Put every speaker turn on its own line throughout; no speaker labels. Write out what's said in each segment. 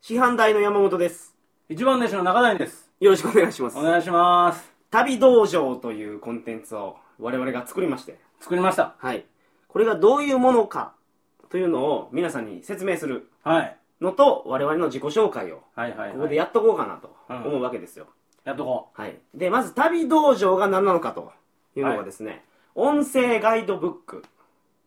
師範大の山本です。
一番弟子の中谷です。
よろしくお願いします
お。願いします。
旅道場というコンテンツを我々が作りまして、
作りました。
はい。これがどういうものかというのを皆さんに説明する
はい。
のと、我々の自己紹介を
はいはい、はい。
ここでやっとこうかなと思うわけですよ。
やっとこ
はい。で、まず旅道場が何なのかというのがですね、音声ガイドブック。
う。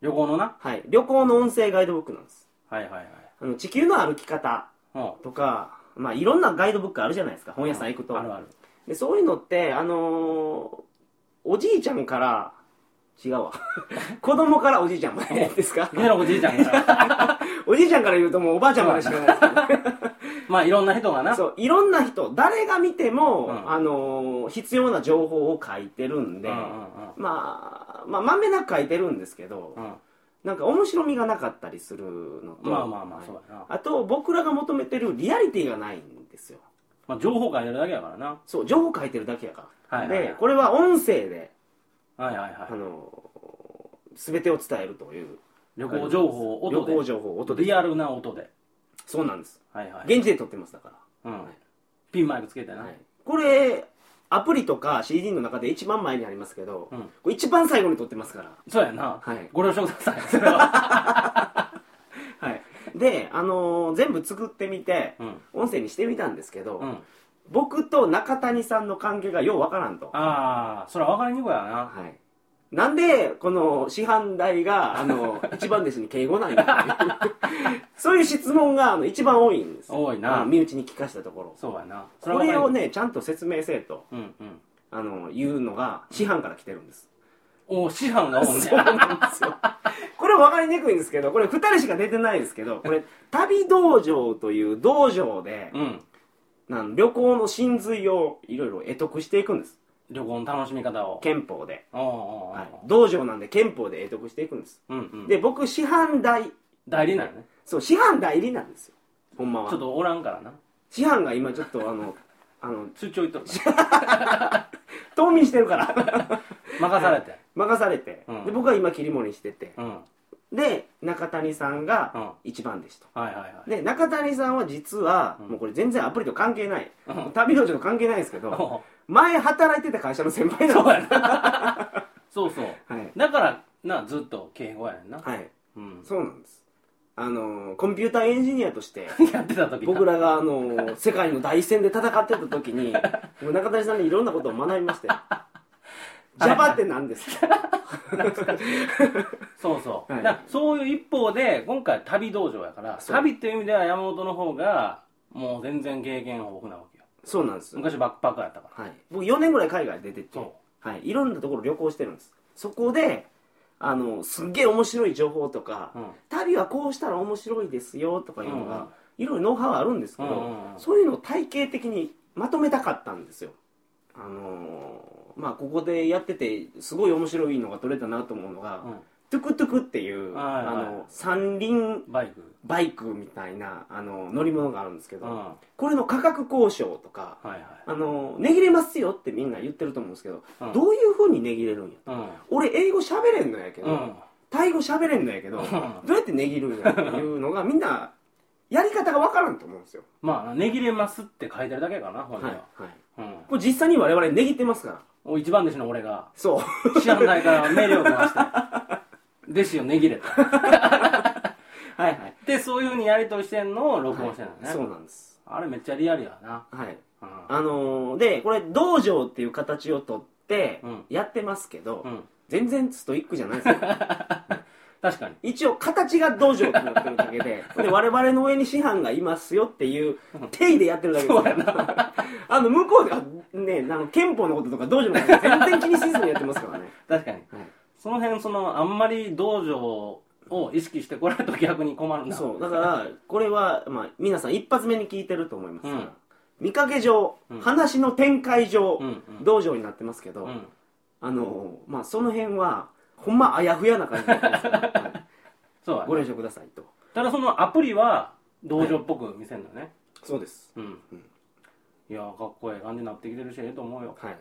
旅行のな。
はい。旅行の音声ガイドブックなんです。
はいはいはい。
あの地球の歩き方
うん。
とか、まあ、いろんなガイドブックあるじゃないですか本屋さん行くと、
あるある。
でそういうのってあのーおじいちゃんから違う わ子供からおじいちゃんまでですか
ゲロおじいちゃん から。
おじいちゃんから言うともうおばあちゃんまでしかないですけど
まあいろんな人が な。
そういろんな人誰が見ても、
うん
あのー必要な情報を書いてるんで、
うんうん
まあまあまめなく書いてるんですけど、
うん。うん。
なんか面白みがなかったりするのと
まあまあまあ、
はい
そうやな。
あと僕らが求めてるリアリティがないんですよ
まあ情報がやるだけやからな。
そう情報書いてるだけやから、
はいはいはい
でこれは音声で、
はいはい
あ
は
のー全てを伝えるという
い。旅行情報を音で。
旅行情報を音で
リアルな音で。
そうなんです
はいはい。
現地で撮ってますだか
うん。ピンマイクつけて
ら、
な。
はいこれアプリとか CD の中で一番前にありますけど、
うん
これ一番最後に撮ってますから
そうやな。
はい
ご了承くだ さい。それは。
はいで、あのー全部作ってみて、
うん。
音声にしてみたんですけど、
うん。
僕と中谷さんの関係がようわからんと
ああ、それは分かりにくいやな。
はい。なんで、この師範代が、あの、 一番弟子に敬語なんやっていう そういう質問が、あの、一番多いんですよ
多いな
あの身内に聞かしたところ。
そうやな。そ
こ
は
れを
分かりに
ね、ちゃんと説明せえと、
くい。うんうん。
あの、言うのが、師範から来てるんです。
お師範がおんね
そうなんですよ。 これ分かりにくいんですけど、これ二人しか出てないですけど、これ、旅道場という道場で、
うん
なん旅行の真髄をいろいろ得得していくんです。
旅行の楽しみ方を
憲法で。
おうおうおう
はい、道場なんで憲法で得得していくんです。
うんうん
で、僕、師範代、
代理なのね
そう、師範代理なんですよ。ほんまは。
ちょっとおらんからな
師範が今ちょっとあの、 あの、
出張行っとるから
冬眠してるから。
任されて
任されて、
うん
で、僕は今切り盛りしてて。
うんはい
で、中谷さん
うん
が一番弟子と。
はいはい
で、中谷さんは実は、
ん
もうこれ全然アプリと関係ない。
うん
旅道場と関係ないですけど、
おう
前働いてた会社の先輩なん
そ
で
うやなそうそう
はい
だからなずっと敬語やねんな
す。はい。
うん
そうなんです。あの、コンピューターエンジニアとして、
やってた時な
僕らがあの世界の第一線で戦ってた時 にもう中谷さんにいろんなことを学びまして Java って何です か
そうそう
はい
だからそういう一方で今回旅道場やから
そう
旅っていう意味では山本の方がもう全然経験豊富なわけよ
そうなんですよ、
昔バックパックやったから
はい、僕4年ぐらい海外出てて
そ、
はい、いろんなところ旅行してるんですそこであのすっげえ面白い情報とか、
うん
旅はこうしたら面白いですよとかいうのが、
うんうん
いろいろノウハウあるんですけど、
うんうんうん
そういうのを体系的にまとめたかったんですよあのーまあここでやっててすごい面白いのが取れたなと思うのが、
う
トゥクトゥクっていう、
はいはい
あの三輪
んバイク
バイクみたいなあの乗り物があるんですけ
う
ど、
んは
これの価格交渉とか、
いはい
あの値切れますよってみんな言ってると思うんですけど、
うん
どういうふうに値切れるんや
うん
俺英語喋れんのやけど、
うん
タイ語喋れんのやけど、
うん
どうやって値切るんやっていうのがみんなやり方がわからんと思うんですよ、
まあ、値切れますって書いてるだけかな、本
はい
は。
はい、
うん。
これ実際に我々値切ってますから
お一番弟子の俺が、
そう
知らないから命令を回して、弟子を値切れと。
はいはい、
で、そういうふうにやりとりしてんのを録音してんのね。
そうなんです
あれめっちゃリアルやな。
はい
うん。
あのーでこれ道場っていう形をとって
うん
やってますけど、
うん。
全然ストイックじゃないですよ
確かに。
一応形が道場ってなってるだけ でで我々の上に師範がいますよっていう定義でやってるだけですから あの向こうではねあの憲法のこととか道場のこと全然気にせずにやってますから ね
確かに。
はい
その辺、その、あんまり道場を意識してこられると逆に困るんだ。
そうだからこれは、まあ、皆さん一発目に聞いてると思いますから、
うん
見かけ上、
うん
話の展開上、
うんうん
道場になってますけど、
うん。
あのまあその辺はほんまあやふやな感じだったんですから、 はい
そうや
ご
ね。
了承くださいと
ただそのアプリは、道場っぽく見せるのね。
そうです
うん。いや、かっこええ感じになってきてるし、ええと思うよ。
はい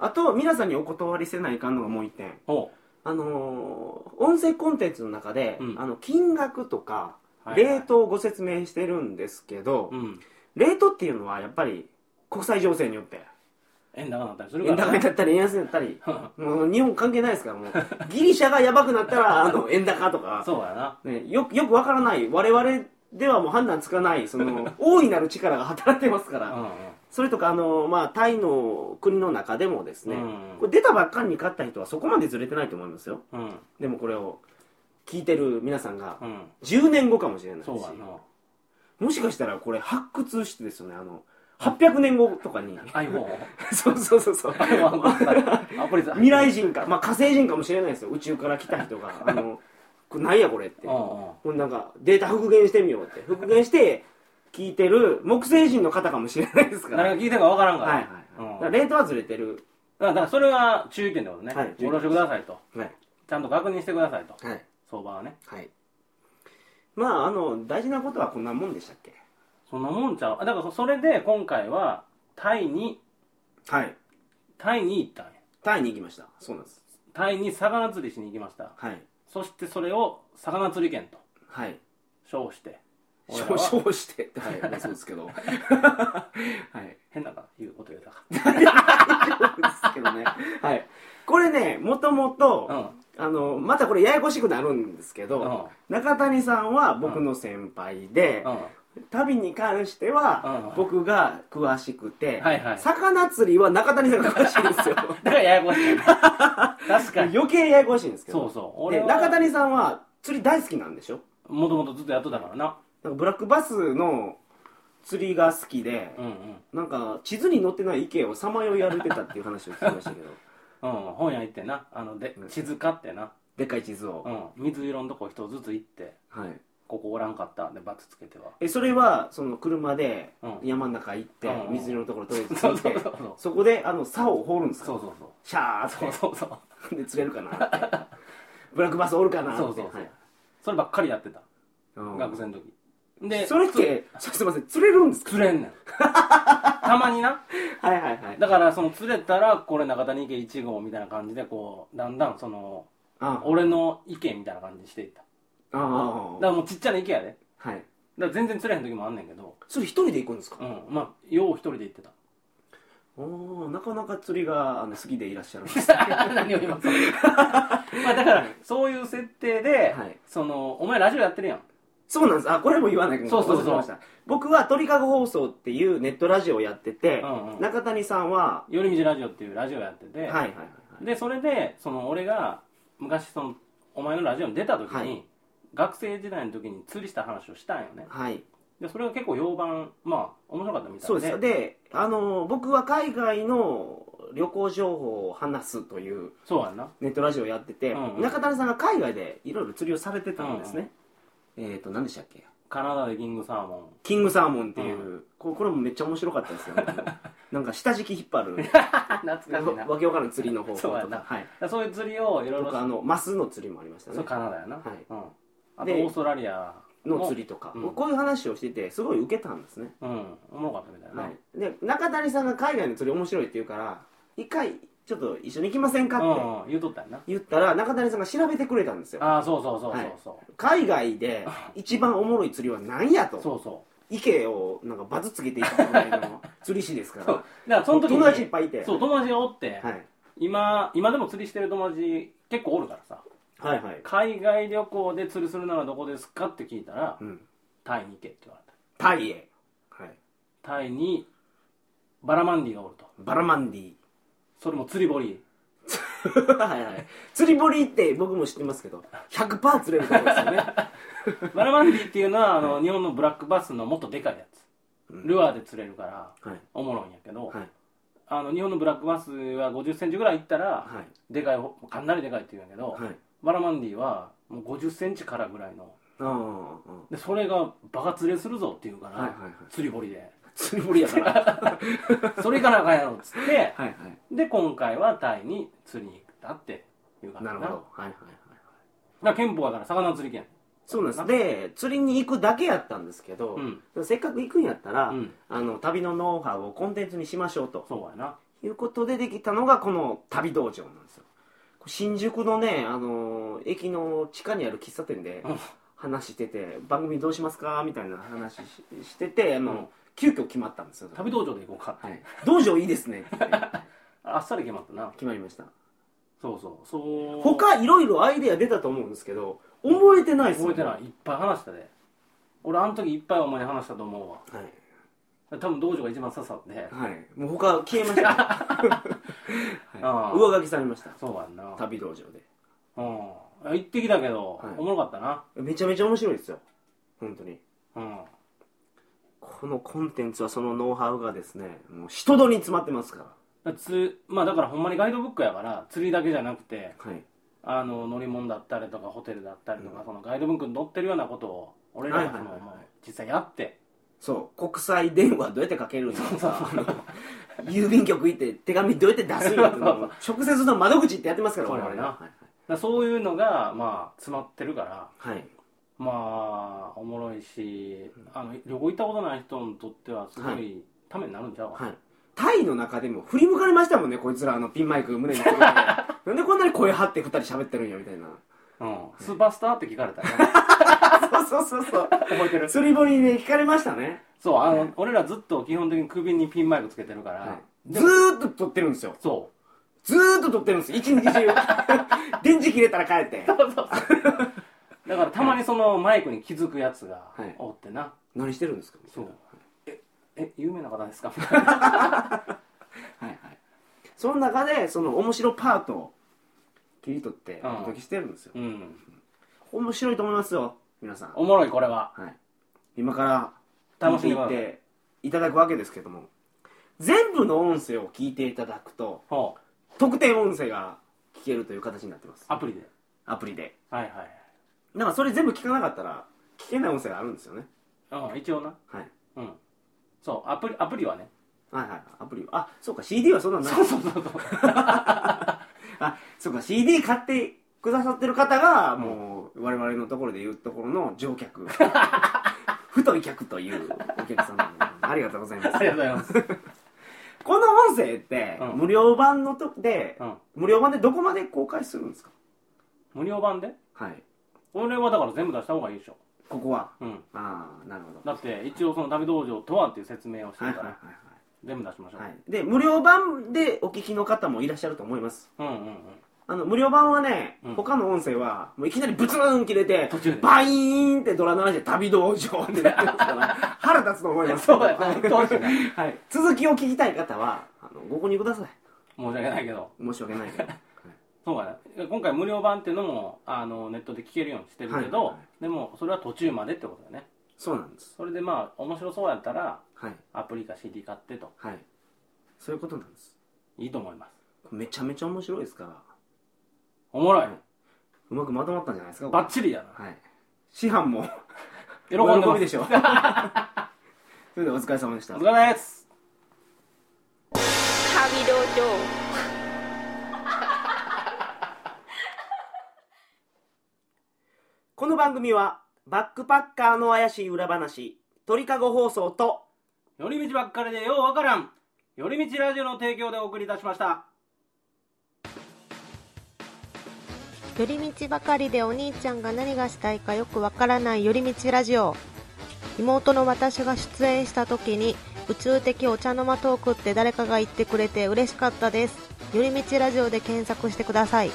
あと皆さんにお断りせないかんのがもう一点
おう。
あのー音声コンテンツの中で、
うん
あの金額とか
はいはい
冷凍をご説明してるんですけど、
うん
冷凍っていうのはやっぱり国際情勢によっ て
円高になったりするか
円
ら
高
ね
になったり円安になった り
うん
もう日本関係ないですからもうギリシャがやばくなったらあの円高とか、
そうやな
ね、よよくわからない我々ではもう判断つかないそ の大いなる力が働いてますから、
うんうん
それとかあの、まあ、タイの国の中でもですね、
うん
これ出たばっかりに勝った人はそこまでずれてないと思いますよ
うん
でもこれを聞いてる皆さんが
うん
10年後かもしれないし
そうやな
もしかしたらこれ発掘してですよねあの800年後とかに
iPhone
そうそうそうそう
アプリ
未来人か、まあ、火星人かもしれないですよ宇宙から来た人があのこれ何やこれ って
うんうん
ほんなんかデータ復元してみようって復元して聞いてる木星人の方かもしれないですから
誰が聞いてるか分からんから
はいはいはい、
うん
だからレートはずれてる
だからそれは注意点ってことね、
はい
ご了承くださいと
はい
ちゃんと確認してくださいと
はい
相場はね
はいまああの大事なことはこんなもんでしたっけ
そんなもんちゃうあだからそれで今回はタイに
はい
タイに行ったんや
タイに行きましたそうなんです
タイに魚釣りしに行きました
はい
そしてそれを魚釣り券と
はい
称して俺らは
称してはいまあそうですけ どはい
変なかいうこと言うたか
そうですけどねはいこれねもともと、
う
あのまたこれややこしくなるんですけ
んうん
ど、中谷さんは僕の先輩で、
うん
旅に関しては
うん
僕が詳しくて、
はいはい
魚釣りは中谷さんが詳しい んですよ
だからややこしいよね確かに
余計やや こしいんですけど
そうそう俺
で
は
中谷さんは釣り大好きなんでしょ
もともとずっとやっとったからな
なんかブラックバスの釣りが好きで、
うんうん
なんか地図に載ってない池をさまよい歩いてたっていう話を聞きました けど
うん、本屋行ってなあので
うん
地図買ってな、
でっかい地図を、
うん、水色のとこ一つずつ行って
はい、
ここおらんかったでバツつけては
えそれはその車で
うん
山の中行って、
うんうん
水色のところとりあえず着
そう
い
そう
て
そうそう
そこであの竿を放るんですか
そうそうそう
シャー
そう
ッ
そうそう
て で釣れるかなってブラックバスおるかなって
そうそうそう
はい
そればっかりやってた
うん
学生の時で
それってそうすいません釣れるんですか
釣 れんねんたまにな
はいはいはい
だからその釣れたらこれ中谷池1号みたいな感じでこうだんだんその
あ
俺の池みたいな感じにしていった
ああ
だからもうちっちゃな池やでだか
はい
ら全然釣れへん時もあんねんけど
それ一人で行くんですか
うんまあよう一人で 行ってた
おーなかなか釣りがあの好きでいらっしゃるんです
何を言います まあだからそういう設定で、
はい
そのお前ラジオやってるやん
そうなんですあこれも言わない
そうそうそう
忘れてました僕は鳥かご放送っていうネットラジオをやってて、
うんうん
中谷さんは
寄り道ラジオっていうラジオやってて、
はいはいはい
でそれでその俺が昔そのお前のラジオに出た時に、
はい
学生時代の時に釣りした話をしたんよね
はい
でそれが結構評判まあ面白かったみたいで
そうですであの僕は海外の旅行情報を話すという
そうやんな
ネットラジオをやってて、
うんうん
中谷さんが海外でいろいろ釣りをされてたんですね、えっ、ー、と何でしたっけ
カナダでキングサ ーモ
キングサーモンっていう、
う
ここれもめっちゃ面白かったですよ ねなんか下敷き引っ張る
ン懐かしいな
わけわからん釣りの方法
そうや
と
な
か、はい、
そういう釣りをいろい
と
ろ
かあのマスの釣りもありました
そう
ね
カナダやな、
はい
うん、あと
で
オーストラリアも
の釣りとか、
うん
こういう話をしててすごい受けたんですね、
うんおもろかったみたいな、
はい、で中谷さんが海外の釣り面白いって言うから一回ちょっと一緒に行きませんかって
うんうん、言うとったやな
言ったら中谷さんが調べてくれたんですよ
ああそうそうそうそうそう、
海外で一番おもろい釣りは何やと
そうそ
池をなんかバツつけていったぐらい の釣り師ですか
うそう
ら
だからその時に
友達いっぱいいて
そう友達がおって、
はい、
今今でも釣りしてる友達結構おるからさ
はいはい
海外旅行で釣りするならどこですかって聞いたら、
うん、
タイに行けって言われ
タイへ、はい、
たタイにバラマンディがおると
バラマンディ
それも釣り堀
はい、はい、釣り堀って僕も知ってますけど100%釣れるところです よね
バラマンディっていうのは あの日本のブラックバスのもっとでかいやつ
うん
ルアーで釣れるから
はい
おもろいんやけど、
はい
あの日本のブラックバスは5 0センチぐらい行ったら、
はい
でかいほかなりでかいって言うんやけど、
はい
バラマンディはもう5 0センチからぐらいの
ああああ
でそれがバカ釣れするぞって言うから、
はいはいはい
釣り堀で
釣り堀やから
それからあかんやろっつって
はいは
で今回はタイに釣りに行ったっていう感
い
じ
な
か
るほどはいはいはい
だから憲法だから魚釣り券
そうなんですで釣りに行くだけやったんですけど、せっかく行くんやったら、
うん
あの旅のノウハウをコンテンツにしましょうと
そうやな
いうことでできたのがこの旅道場なんですよ新宿のね、あのー駅の地下にある喫茶店で、
うん
話してて番組どうしますかみたいな話ししててあの、急遽決まったんですよ
旅道場で行こうか、
はい、道場いいですねって言って
あっさり決まったな
決まりました
そうそうそう
他いろいろアイデア出たと思うんですけど覚えてないです
覚えてない
い、
いっぱい話したで俺あの時いっぱいお前に話したと思うわ
はい
多分道場が一番刺 さって
はい、もう他消えま した、
あ
は
あ
い、上書きされました
そうやんな
旅道場で
うん行ってきたけど、
はい
おもろかったな
めちゃめちゃ面白いですよ本当に
うん
このコンテンツはそのノウハウがですねもう人度に詰まってますか
だつまあだからほんまにガイドブックやから釣りだけじゃなくて
らはい
あの乗り物だったりとかホテルだったりとか、そのガイドブックに載ってるようなことを俺らがその、
はいはいはいはい
まあ実際やって
そう国際電話どうやってかけるんだとかあの郵便局行って手紙どうやって出すんだと かもう直接の窓口ってやってますから
そう
我
やな
々ははい
だそういうのがまあ詰まってるから
はい
まあおもろいしあの旅行行ったことない人にとってはすご
はい
ためになるんちゃうか、
はいタイの中でも振り向かれましたもんねこいつらあのピンマイク胸につ けてなんでこんなに声張って二人喋ってるんやみたいな
うん、スーパースターって聞かれたよ
そうそうそうそう
覚えてる
釣り堀にね聞かれましたね
そうあの俺らずっと基本的に首にピンマイクつけてるから、
はい、
で
ず
も
ーっと撮ってるんですよ
そ
ずーっと撮ってるんです一日 中電池切れたら帰って
うそうそうそうだからたまにそのマイクに気づくやつが
はい
おってな、
何してるんですかみた
そ
いうな
え有名な方ですか みたいな
はいはいその中でその面白パートを切り取って
うん
お届けしてるんですよ、
うん
面白いと思いますよ皆さん、
おもろいこれは
はい、今から
楽しみ
聞いていただくわけですけども全部の音声を聞いていただくと
ほう
特典音声が聞けるという形になってます
アプリで
アプリで
はいはい
だからそれ全部聞かなかったら聞けない音声があるんですよね、
うん、一応な、
はい、
うん、そうアプリアプリはね
はいはいアプリあそうか CD はそんなんない
そうそうそうそう
あそうか CD 買ってくださってる方がもう我々のところで言うところの乗 客太い客というお客様ありがとうございます
ありがとうございます、
この音声って
うん
無料版のとで、
うん、
無料版でどこまで公開するんですか
無料版で
はい
俺はだから全部出した方がいいでしょ
ここは
うん
ああなるほど
だって一応その旅道場とはっていう説明をして
はい
る
は
か
い
ら、
はい
全部出しましょう、
はい、はい、で無料版でお聞きの方もいらっしゃると思います
うんうんうん
あの無料版はね、
うん
他の音声はもういきなりブツーン切れて
途中で
バイーンってドラ鳴らして旅道場ってなってますから 腹立つと思います
そうやなどうしようね
はい、続きを聞きたい方はあのご購入ください
申し訳ないけど
申し訳ないけどはい
そうやな今回無料版っていうのもあのネットで聞けるようにしてるけど、
はいはいは
でもそれは途中までってことだよね
そうなんです
それでまあ面白そうやったら
はい
アプリか CD 買ってと
はいそういうことなんです
いいと思います
めちゃめちゃ面白いですから
おもろい
うんうまくまとまったんじゃないですか
バッチリやな
はい師範も
喜んで
喜び
ます
でしょそれではお疲れ様でした
お疲れ様です
旅道場
この番組はバックパッカーの怪しい裏話鳥かご放送と
寄り道ばっかりでようわからん寄り道ラジオの提供でお送りいたしました
寄り道ばかりでお兄ちゃんが何がしたいかよくわからない寄り道ラジオ妹の私が出演した時に宇宙的お茶の間トークって誰かが言ってくれて嬉しかったです寄り道ラジオで検索してください